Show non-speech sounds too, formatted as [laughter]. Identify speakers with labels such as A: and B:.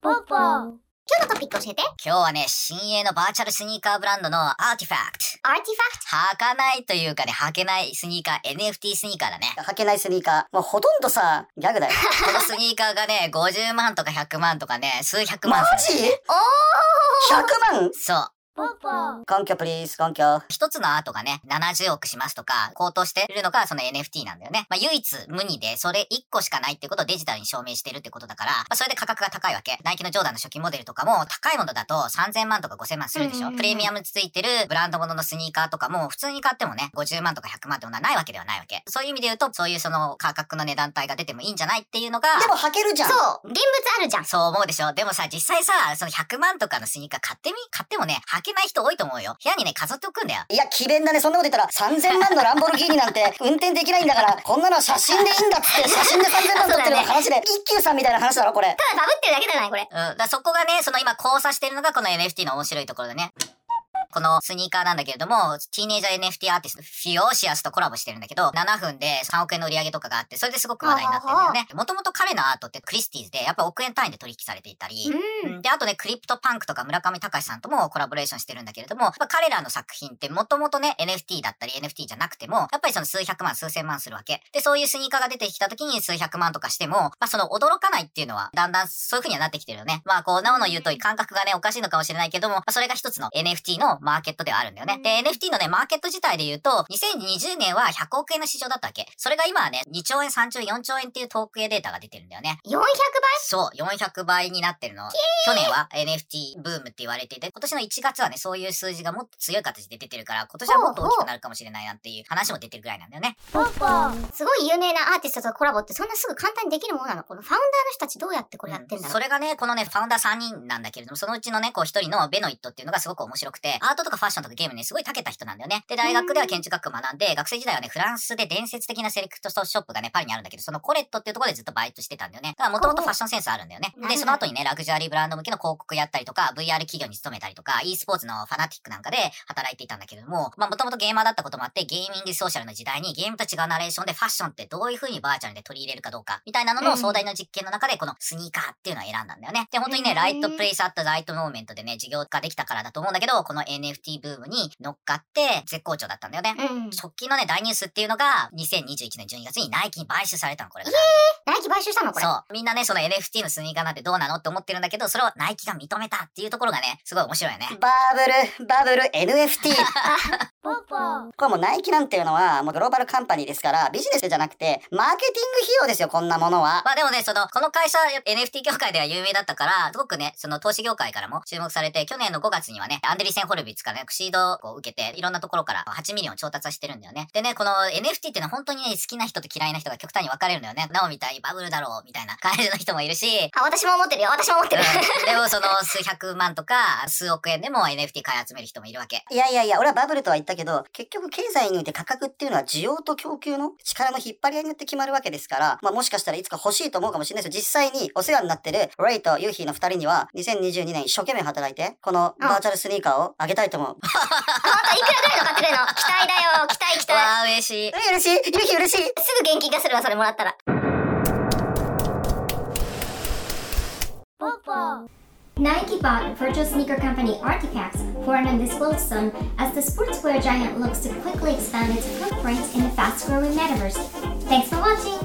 A: ポッポ
B: 今
A: ー
B: 日のトピック教えて。
C: 今日はね、新鋭のバーチャルスニーカーブランドのアーティファクト。
B: アーティファク
C: 履かないというかね、履けないスニーカー、NFT スニーカーだね。
D: 履けないスニーカー。もうほとんどさ、ギャグだよ。
C: [laughs] このスニーカーがね、50万とか100万とかね、数百万
D: マ
C: する。
D: ジ ?100 万
C: そう。
A: ポッポー
D: ガンキョプリース、ガンキョ。
C: 一つのアートがね、70億しますとか、高騰してるのがその NFT なんだよね。まあ、唯一無二で、それ1個しかないってことをデジタルに証明してるってことだから、まあ、それで価格が高いわけ。ナイキのジョーダンの初期モデルとかも、高いものだと3000万とか5000万するでし
A: うんう
C: ょ。
A: んうん
C: プレミアムついてるブランド物ののスニーカーとかも、普通に買ってもね、50万とか100万ってものはないわけではないわけ。そういう意味で言うと、そういうその価格の値段帯が出てもいいんじゃないっていうのが、
D: でも履けるじゃん。
B: ト。そう、現物あるじゃん。
C: そう思うでしょでもさ、実際さ、その100万とかのスニーカー買ってみ買ってもね、履けない人多いと思うよ。部屋にね、飾っておくんだよ。
D: いや、奇弁だね。そんなこと言ったら、3000万のランボルギーニなんて運転できないんだから、こんなのは写真でいいんだっつって、写真で3000万取ってるような話で、一休さんみたいな話だろ、これ。
B: ただダブってるだけじゃないこれ。
C: うん、だからそこがね、その今交差してるのがこの NFT の面白いところだね。このスニーカーなんだけれども、ティーネイジャー NFT アーティスト、フィオシアスとコラボしてるんだけど、7分で3億円の売り上げとかがあって、それですごく話題になってるんだよね。もともと彼のアートってクリスティーズで、やっぱ億円単位で取引されていたり、
B: うん。
C: で、あとね、クリプトパンクとか村上隆さんともコラボレーションしてるんだけれども、やっぱ彼らの作品ってもともとね、NFT だったり NFT じゃなくても、やっぱりその数百万、数千万するわけ。で、そういうスニーカーが出てきた時に数百万とかしても、まあその驚かないっていうのは、だんだんそういう風にはなってきてるよね。まあこう、なおの言うとおり感覚がね、おかしいのかもしれないけども、まあそれが一つの NFT のマーケットではあるんだよね。で、NFT のね、マーケット自体で言うと、2020年は100億円の市場だったわけ。それが今はね、2兆円、3兆円、4兆円っていう統計データが出てるんだよね。
B: 400倍
C: そう、400倍になってるの。去年は NFT ブームって言われてて、今年の1月はね、そういう数字がもっと強い形で出てるから、今年はもっと大きくなるかもしれないなっていう話も出てるぐらいなんだよね。
A: ポッポー
B: すごい有名なアーティストとコラボってそんなすぐ簡単にできるものなのこのファウンダーの人たちどうやってこれやってんだろう
C: そ、れがね、このね、ファウンダー3人なんだけれども、そのうちのね、こう一人のベノイットっていうのがすごく面白くて、アートとかファッションとかゲームにすごい長けた人なんだよね。で、大学では建築学を学んで、学生時代はね、フランスで伝説的なセレクトショップがね、パリにあるんだけど、そのコレットっていうところでずっとバイトしてたんだよね。だからもともとファッションセンスあるんだよね
B: お。お
C: で、その後にね、ラグジュアリーブランド向けの広告やったりとか、VR 企業に勤めたりとか、e スポーツのファナティックなんかで働いていたんだけれども、まあもともとゲーマーだったこともあって、ゲーミングソーシャルの時代にゲームと違うナレーションでファッションってどういう風にバーチャルで取り入れるかどうか、みたいなの
A: う
C: の
A: ん
C: 壮大な実験の中で、このスニーカーっていうのを選んだんだよね。で、本当に
B: へ
C: ね、
B: ー
C: ライトプレイスアットライトモーメントでね、事業化できたからだと思うんだけど、この NFT ブームに乗っかって絶好調だったんだよね。
B: うん。
C: 直近のね、大ニュースっていうのが、2021年12月にナイキに買収されたの、これが。
B: ナイキ買収したのこれ。
C: そう。みんなね、その NFT のスニーカーなんてどうなのって思ってるんだけど、それをナイキが認めたっていうところがね、すごい面白いよね。
D: バーブル、バブル、NFT。
A: ポッポー
D: これもうナイキなんていうのは、もうグローバルカンパニーですから、ビジネスじゃなくて、マーケティング費用ですよ、こんなものは。
C: まあでもね、その、この会社、やっぱ NFT 業界では有名だったから、すごくね、その投資業界からも注目されて、去年の5月にはね、アンデリセン・ホルビッツからね、クシードを受けて、いろんなところから8ミリオンを調達してるんだよね。でね、この NFT っていうのは本当にね、好きな人と嫌いな人が極端に分かれるんだよね。なおみたいにバブルだろう、みたいな感じの人もいるし、
B: あ、私も思ってるよ。私も思ってる。
C: うん [laughs] でもその数百万とか数億円でも NFT 買い集める人もいるわけ。
D: いやいやいや、俺はバブルとは言ったけど、結局経済において価格っていうのは需要と供給の力の引っ張り合いによって決まるわけですから、まあもしかしたらいつか欲しいと思うかもしれないですよ。実際にお世話になってる、レイとユーヒーの二人には、2022年一生懸命働いて、このバーチャルスニーカーをあげたいと思う。 [laughs]
B: あ、ほんといくらぐらいの買ってくれるの期待だよ。期待期待。
C: わあ、嬉しい。
D: え嬉しいユーヒー嬉しい
B: すぐ現金化するわ、それもらったら。
A: ポッポー
E: Nike bought virtual sneaker company Artifacts for an undisclosed sum as the sportswear giant looks to quickly expand its footprint in the fast-growing metaverse. Thanks for watching!